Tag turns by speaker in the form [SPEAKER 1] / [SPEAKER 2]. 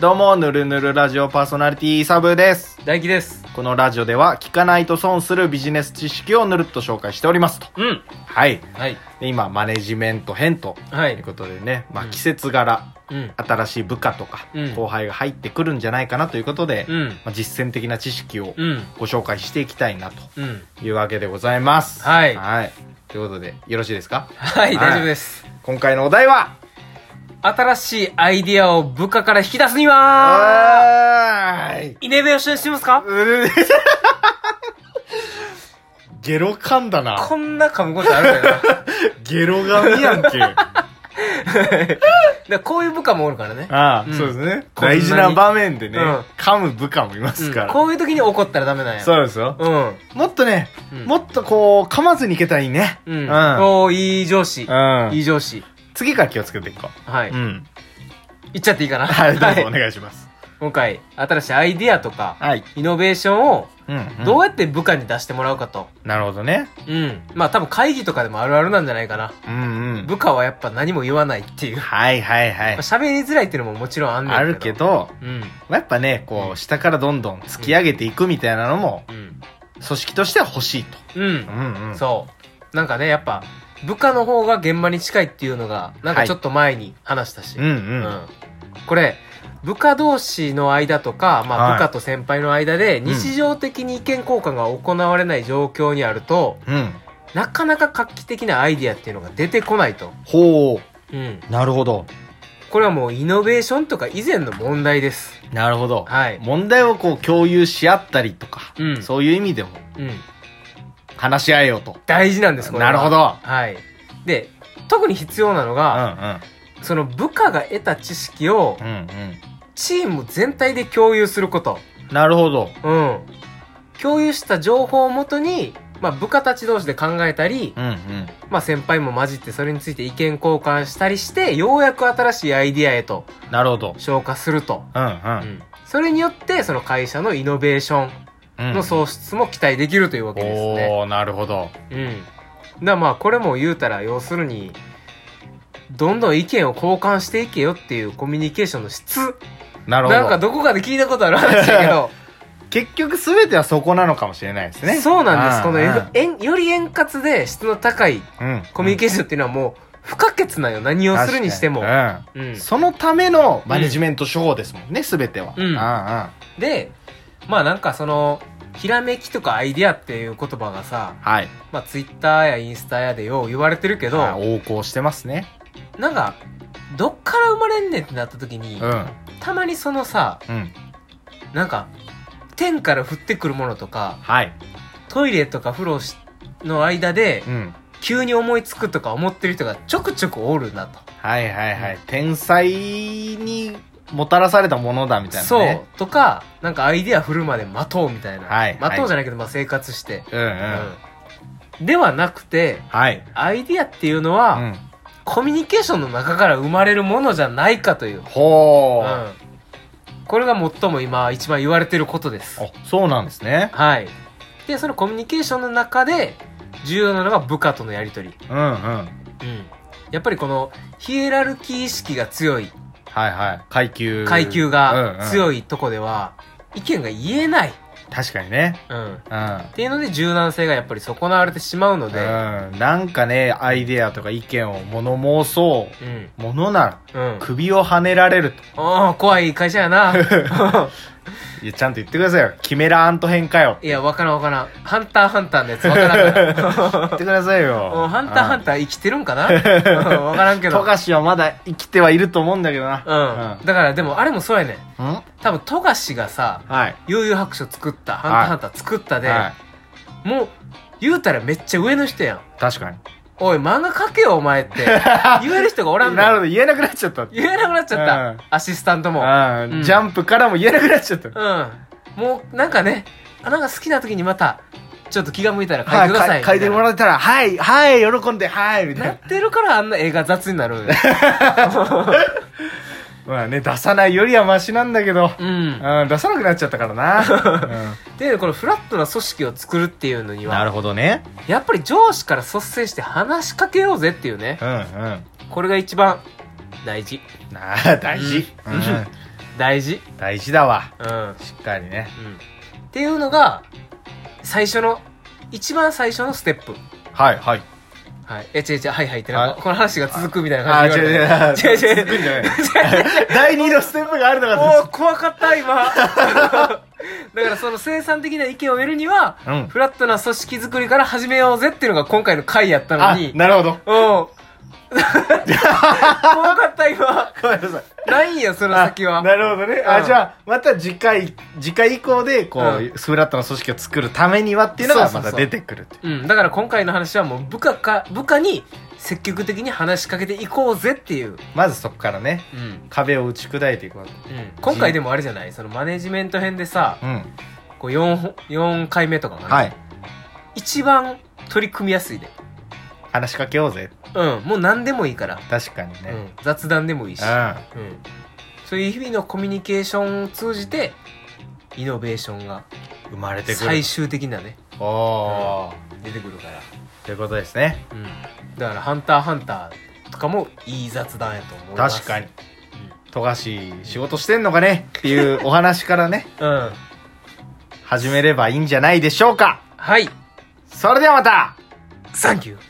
[SPEAKER 1] どうも、ぬるぬるラジオパーソナリティサブです。
[SPEAKER 2] 大輝です。
[SPEAKER 1] このラジオでは、聞かないと損するビジネス知識をぬるっと紹介しておりますと。
[SPEAKER 2] うん。
[SPEAKER 1] はい。
[SPEAKER 2] はい。
[SPEAKER 1] で今、マネジメント編と
[SPEAKER 2] はい
[SPEAKER 1] いうことでね、まあ、
[SPEAKER 2] うん
[SPEAKER 1] 季節柄、
[SPEAKER 2] うん。
[SPEAKER 1] 新しい部下とか、
[SPEAKER 2] うん
[SPEAKER 1] 後輩が入ってくるんじゃないかなということで、
[SPEAKER 2] うん。
[SPEAKER 1] まあ、実践的な知識を
[SPEAKER 2] うん。
[SPEAKER 1] ご紹介していきたいな
[SPEAKER 2] うん。
[SPEAKER 1] というわけでございます。
[SPEAKER 2] はい
[SPEAKER 1] はい。ということで、よろしいですか
[SPEAKER 2] はい、大丈夫です。
[SPEAKER 1] 今回のお題は
[SPEAKER 2] 新しいアイディアを部下から引き出すには、
[SPEAKER 1] はーい。
[SPEAKER 2] イノベーションしてみますか
[SPEAKER 1] ゲロ噛んだな。
[SPEAKER 2] こんな噛むことあるんだよなだ か
[SPEAKER 1] ゲロ噛みや んけ。あ
[SPEAKER 2] ら。こういう部下もおるからね。
[SPEAKER 1] あ、
[SPEAKER 2] うん
[SPEAKER 1] そうですね。
[SPEAKER 2] こんな
[SPEAKER 1] 大
[SPEAKER 2] に
[SPEAKER 1] 事な場面でね、
[SPEAKER 2] うん
[SPEAKER 1] 噛む部下もいま
[SPEAKER 2] う
[SPEAKER 1] す
[SPEAKER 2] ん
[SPEAKER 1] から。
[SPEAKER 2] こういう時に怒ったらダメなんや。
[SPEAKER 1] そうですよ。
[SPEAKER 2] うん。
[SPEAKER 1] もっとね、
[SPEAKER 2] うん
[SPEAKER 1] もっとこう、噛まずにいけたらいいね。
[SPEAKER 2] うん。
[SPEAKER 1] うん。
[SPEAKER 2] おー、いい上司。
[SPEAKER 1] うん
[SPEAKER 2] いい上司。
[SPEAKER 1] 次から気をつけていこ。
[SPEAKER 2] はいう
[SPEAKER 1] う。ん。
[SPEAKER 2] 言っちゃっていいかな
[SPEAKER 1] はい、どうぞお
[SPEAKER 2] い
[SPEAKER 1] 願いします。
[SPEAKER 2] 今回、新しいアイディアとか、
[SPEAKER 1] はい。
[SPEAKER 2] イノベーションを、
[SPEAKER 1] うん。
[SPEAKER 2] ど
[SPEAKER 1] う
[SPEAKER 2] うやって部下に出してもらうかと。
[SPEAKER 1] なるほどね。
[SPEAKER 2] うん。まあ多分会議とかでもあるあるなんじゃないかな。
[SPEAKER 1] うんうん。
[SPEAKER 2] 部下はやっぱ何も言わないっていう。ま
[SPEAKER 1] はいはいは
[SPEAKER 2] あ
[SPEAKER 1] い。
[SPEAKER 2] 喋りづらいっていうのももちろんあんねん
[SPEAKER 1] あるけ。ど、
[SPEAKER 2] うん。
[SPEAKER 1] やっぱね、こう、下からどんどん突き上げていくみたいなのも、
[SPEAKER 2] うん。
[SPEAKER 1] 組織としては欲しいと。
[SPEAKER 2] うん。
[SPEAKER 1] ん
[SPEAKER 2] そう。なんかね、やっぱ、部下の方が現場に近いっていうのが、な
[SPEAKER 1] は
[SPEAKER 2] んか
[SPEAKER 1] い
[SPEAKER 2] ちょっと前に話したし。
[SPEAKER 1] うんう。
[SPEAKER 2] うんこれ、部下同士の間とか、ま
[SPEAKER 1] は
[SPEAKER 2] あ
[SPEAKER 1] い
[SPEAKER 2] 部下と先輩の間で日常的に意見交換が行われない状況にあると、
[SPEAKER 1] うん。
[SPEAKER 2] なかなか画期的なアイディアっていうのが出てこないと。
[SPEAKER 1] ほ
[SPEAKER 2] うん。
[SPEAKER 1] う。なるほど。
[SPEAKER 2] これはもうイノベーションとか以前の問題です。
[SPEAKER 1] なるほど。
[SPEAKER 2] はい
[SPEAKER 1] 問題をこう共有し合ったりとか、
[SPEAKER 2] うん
[SPEAKER 1] そういう意味でも
[SPEAKER 2] うん。
[SPEAKER 1] 話し合えようと。
[SPEAKER 2] 大事なんです、これは
[SPEAKER 1] なるほど。。
[SPEAKER 2] はい。で、特に必要なの
[SPEAKER 1] うんう
[SPEAKER 2] が、
[SPEAKER 1] ん。
[SPEAKER 2] その部下が得た知識を
[SPEAKER 1] うんう
[SPEAKER 2] チーム全体で共有すること。
[SPEAKER 1] ん。なるほど。
[SPEAKER 2] うん。共有した情報をもとに、まあ部下たち同士で考えたり
[SPEAKER 1] う、んうん。
[SPEAKER 2] まあ先輩も混じってそれについて意見交換したりして、ようやく新しいアイディアへと
[SPEAKER 1] なるほど。
[SPEAKER 2] 消化すると。
[SPEAKER 1] うんう。
[SPEAKER 2] うんん。それによって、その会社のイノベーション
[SPEAKER 1] うん
[SPEAKER 2] の創出も期待できるというわけですね。
[SPEAKER 1] おー、なるほど。
[SPEAKER 2] うん。だからまあこれも言うたら要するに、どんどん意見を交換していけよっていうコミュニケーションの質。
[SPEAKER 1] なるほど。
[SPEAKER 2] なんかどこかで聞いたことある話だけど、
[SPEAKER 1] 結局全てはそこなのかもしれない ですね。
[SPEAKER 2] そうなんです。この
[SPEAKER 1] う
[SPEAKER 2] え
[SPEAKER 1] ん
[SPEAKER 2] えんより円滑で質の高い
[SPEAKER 1] うん。
[SPEAKER 2] コミュニケーションっていうのはもう不可欠なんよ。何をするにしても
[SPEAKER 1] 確。か
[SPEAKER 2] う
[SPEAKER 1] にうんん。。そのためのマネジメント手法ですもんね、全ては。
[SPEAKER 2] うん
[SPEAKER 1] う
[SPEAKER 2] で、まあなんかその、ひらめきとかアイディアっていう言葉がさ、
[SPEAKER 1] ん。はい。
[SPEAKER 2] まあツイッターやインスタやでよう言われてるけど、
[SPEAKER 1] あ横行してますね。
[SPEAKER 2] なんか、どっから生まれんねんってなった時に、
[SPEAKER 1] うん。
[SPEAKER 2] たまにそのさ、
[SPEAKER 1] うん。
[SPEAKER 2] なんか、天から降ってくるものとか、
[SPEAKER 1] はい。
[SPEAKER 2] トイレとか風呂しの間で
[SPEAKER 1] う、ん。
[SPEAKER 2] 急に思いつくとか思ってる人がちょくちょくおるなと。
[SPEAKER 1] はいはいはい。
[SPEAKER 2] うん
[SPEAKER 1] 天才にもたらされたものだみたいな
[SPEAKER 2] そう
[SPEAKER 1] ね。。
[SPEAKER 2] とか、なんかアイデア振るまで待とうみたいな。
[SPEAKER 1] はい
[SPEAKER 2] 待とうじゃないけど、まあ生活して。
[SPEAKER 1] そう。うんうん。
[SPEAKER 2] うんではなくて、
[SPEAKER 1] はい。
[SPEAKER 2] アイディアっていうの
[SPEAKER 1] う
[SPEAKER 2] は、
[SPEAKER 1] ん。
[SPEAKER 2] コミュニケーションの中から生まれるものじゃないかという。う
[SPEAKER 1] ほ
[SPEAKER 2] ん
[SPEAKER 1] ー。
[SPEAKER 2] これが最も今一番言われてることです。
[SPEAKER 1] あ、そうなんですね。
[SPEAKER 2] はい。で、そのコミュニケーションの中で、重要なのが部下とのやりとり。
[SPEAKER 1] うんうん。はい
[SPEAKER 2] うん。やっぱりこの、ヒエラルキー意識が強い、
[SPEAKER 1] はい。階級。
[SPEAKER 2] 階級
[SPEAKER 1] うん
[SPEAKER 2] が
[SPEAKER 1] うん
[SPEAKER 2] 強いとこでは、意見が言えない。
[SPEAKER 1] 確かにね。
[SPEAKER 2] うん。っ
[SPEAKER 1] うん。
[SPEAKER 2] ていうので、柔軟性がやっぱり損なわれてしまうの
[SPEAKER 1] うん。
[SPEAKER 2] で、
[SPEAKER 1] なんかね、アイデアとか意見を物申そ
[SPEAKER 2] うん。
[SPEAKER 1] うものな
[SPEAKER 2] うん
[SPEAKER 1] ら、。首をはねられると。
[SPEAKER 2] ああ、怖い会社やな。
[SPEAKER 1] いや、ちゃんと言ってくださいよ。キメラアント編かよ。
[SPEAKER 2] いや、わからんわからん。ハンターハンターのやつわからんから。
[SPEAKER 1] 言ってください よ。
[SPEAKER 2] うんハンターハン
[SPEAKER 1] タ
[SPEAKER 2] ター生きてるんかなうんわからん けど。
[SPEAKER 1] 富樫はまだ生きてはいると思うんだけどな
[SPEAKER 2] う。ん。だから、でもあれもそうやね
[SPEAKER 1] う
[SPEAKER 2] ん。
[SPEAKER 1] ん。うん
[SPEAKER 2] 多分、富樫がさ、
[SPEAKER 1] はい。
[SPEAKER 2] 悠々白書作った、ハンターハンター作ったで、
[SPEAKER 1] は
[SPEAKER 2] もう、言うたらめっちゃ上の人やん。
[SPEAKER 1] い。確か に。
[SPEAKER 2] おい、漫画描けよ、お前 って。言える人がおらんの
[SPEAKER 1] なるほ
[SPEAKER 2] ど。
[SPEAKER 1] ど、言えなくなっちゃった。
[SPEAKER 2] 言えなくなっちゃった。
[SPEAKER 1] うん
[SPEAKER 2] アシスタントも。
[SPEAKER 1] あー
[SPEAKER 2] うん
[SPEAKER 1] ジャンプからも言えなくなっちゃった。
[SPEAKER 2] うん。もう、なんかね、あなんか好きな時にまた、ちょっと気が向いたら書いてください。
[SPEAKER 1] はい書いても
[SPEAKER 2] う。
[SPEAKER 1] らえたら、はい、はい、喜んで、はい、みたい
[SPEAKER 2] な
[SPEAKER 1] な
[SPEAKER 2] っ。てるからあんな映画雑に なるんよ。
[SPEAKER 1] まあね、出さないよりはマシなんだけど、
[SPEAKER 2] うん。
[SPEAKER 1] うん、出さなくなっちゃったからな。
[SPEAKER 2] で、このフラットな組織を作るっていうのに
[SPEAKER 1] うんな
[SPEAKER 2] は、
[SPEAKER 1] るほどね。
[SPEAKER 2] やっぱり上司から率先して話しかけようぜっていうね。
[SPEAKER 1] うんうん。
[SPEAKER 2] これが一番大事。
[SPEAKER 1] なあ、大事。
[SPEAKER 2] うん
[SPEAKER 1] うん
[SPEAKER 2] 大事
[SPEAKER 1] 大事だわ
[SPEAKER 2] うん、うん、っ
[SPEAKER 1] しっかりね
[SPEAKER 2] ていうのが最初の一番最初のステップ
[SPEAKER 1] はいはい
[SPEAKER 2] はいえ違う違うはいはいってなん
[SPEAKER 1] は
[SPEAKER 2] か
[SPEAKER 1] い
[SPEAKER 2] この話が続くみたいな
[SPEAKER 1] あ
[SPEAKER 2] 感
[SPEAKER 1] 違う
[SPEAKER 2] じで
[SPEAKER 1] 違う
[SPEAKER 2] 言われて違う違う
[SPEAKER 1] 続くんじゃない 第二のステップがあるの
[SPEAKER 2] お
[SPEAKER 1] が
[SPEAKER 2] お怖かった今 だからその生産的な意見を得るには
[SPEAKER 1] うん
[SPEAKER 2] フラットな組織づくりから始めようぜっていうのが今回の回やったの
[SPEAKER 1] あ
[SPEAKER 2] にうん
[SPEAKER 1] なるほど
[SPEAKER 2] 怖かった今
[SPEAKER 1] ごめんなさい
[SPEAKER 2] ないんやその
[SPEAKER 1] あ
[SPEAKER 2] 先は
[SPEAKER 1] なるほどね
[SPEAKER 2] う
[SPEAKER 1] あ
[SPEAKER 2] ん
[SPEAKER 1] じゃあまた次回次回以降でこ
[SPEAKER 2] う
[SPEAKER 1] うスフラットの組織を作るためにはっていうのが
[SPEAKER 2] そう
[SPEAKER 1] ま
[SPEAKER 2] そうそう
[SPEAKER 1] た出てくるっていう
[SPEAKER 2] うんだから今回の話はもう部下か部下に積極的に話しかけていこうぜっていう、
[SPEAKER 1] まずそこからね
[SPEAKER 2] うんうん、
[SPEAKER 1] 壁を打ち砕いていくわけ
[SPEAKER 2] 今回でもあれじゃないそのマネジメント編でさ
[SPEAKER 1] うん
[SPEAKER 2] こう 4, 4回目とかがね、
[SPEAKER 1] はい
[SPEAKER 2] 一番取り組みやすいで
[SPEAKER 1] 話しかけようぜ
[SPEAKER 2] うんもう何でもいいから
[SPEAKER 1] 確かにね、
[SPEAKER 2] うん、雑談でもいいし、
[SPEAKER 1] う
[SPEAKER 2] うん、そういう日々のコミュニケーションを通じてイノベーションが
[SPEAKER 1] ん、生まれてくる
[SPEAKER 2] 最終的なね
[SPEAKER 1] おおー、
[SPEAKER 2] 出てくるから、
[SPEAKER 1] ということですね
[SPEAKER 2] うん、だから「ハンターハンター」とかもいい雑談やと思います
[SPEAKER 1] 確かに富樫仕事してんのかねっていうお話からね
[SPEAKER 2] うん、うん、
[SPEAKER 1] 始めればいいんじゃないでしょうか
[SPEAKER 2] はい
[SPEAKER 1] それではまた
[SPEAKER 2] サンキュー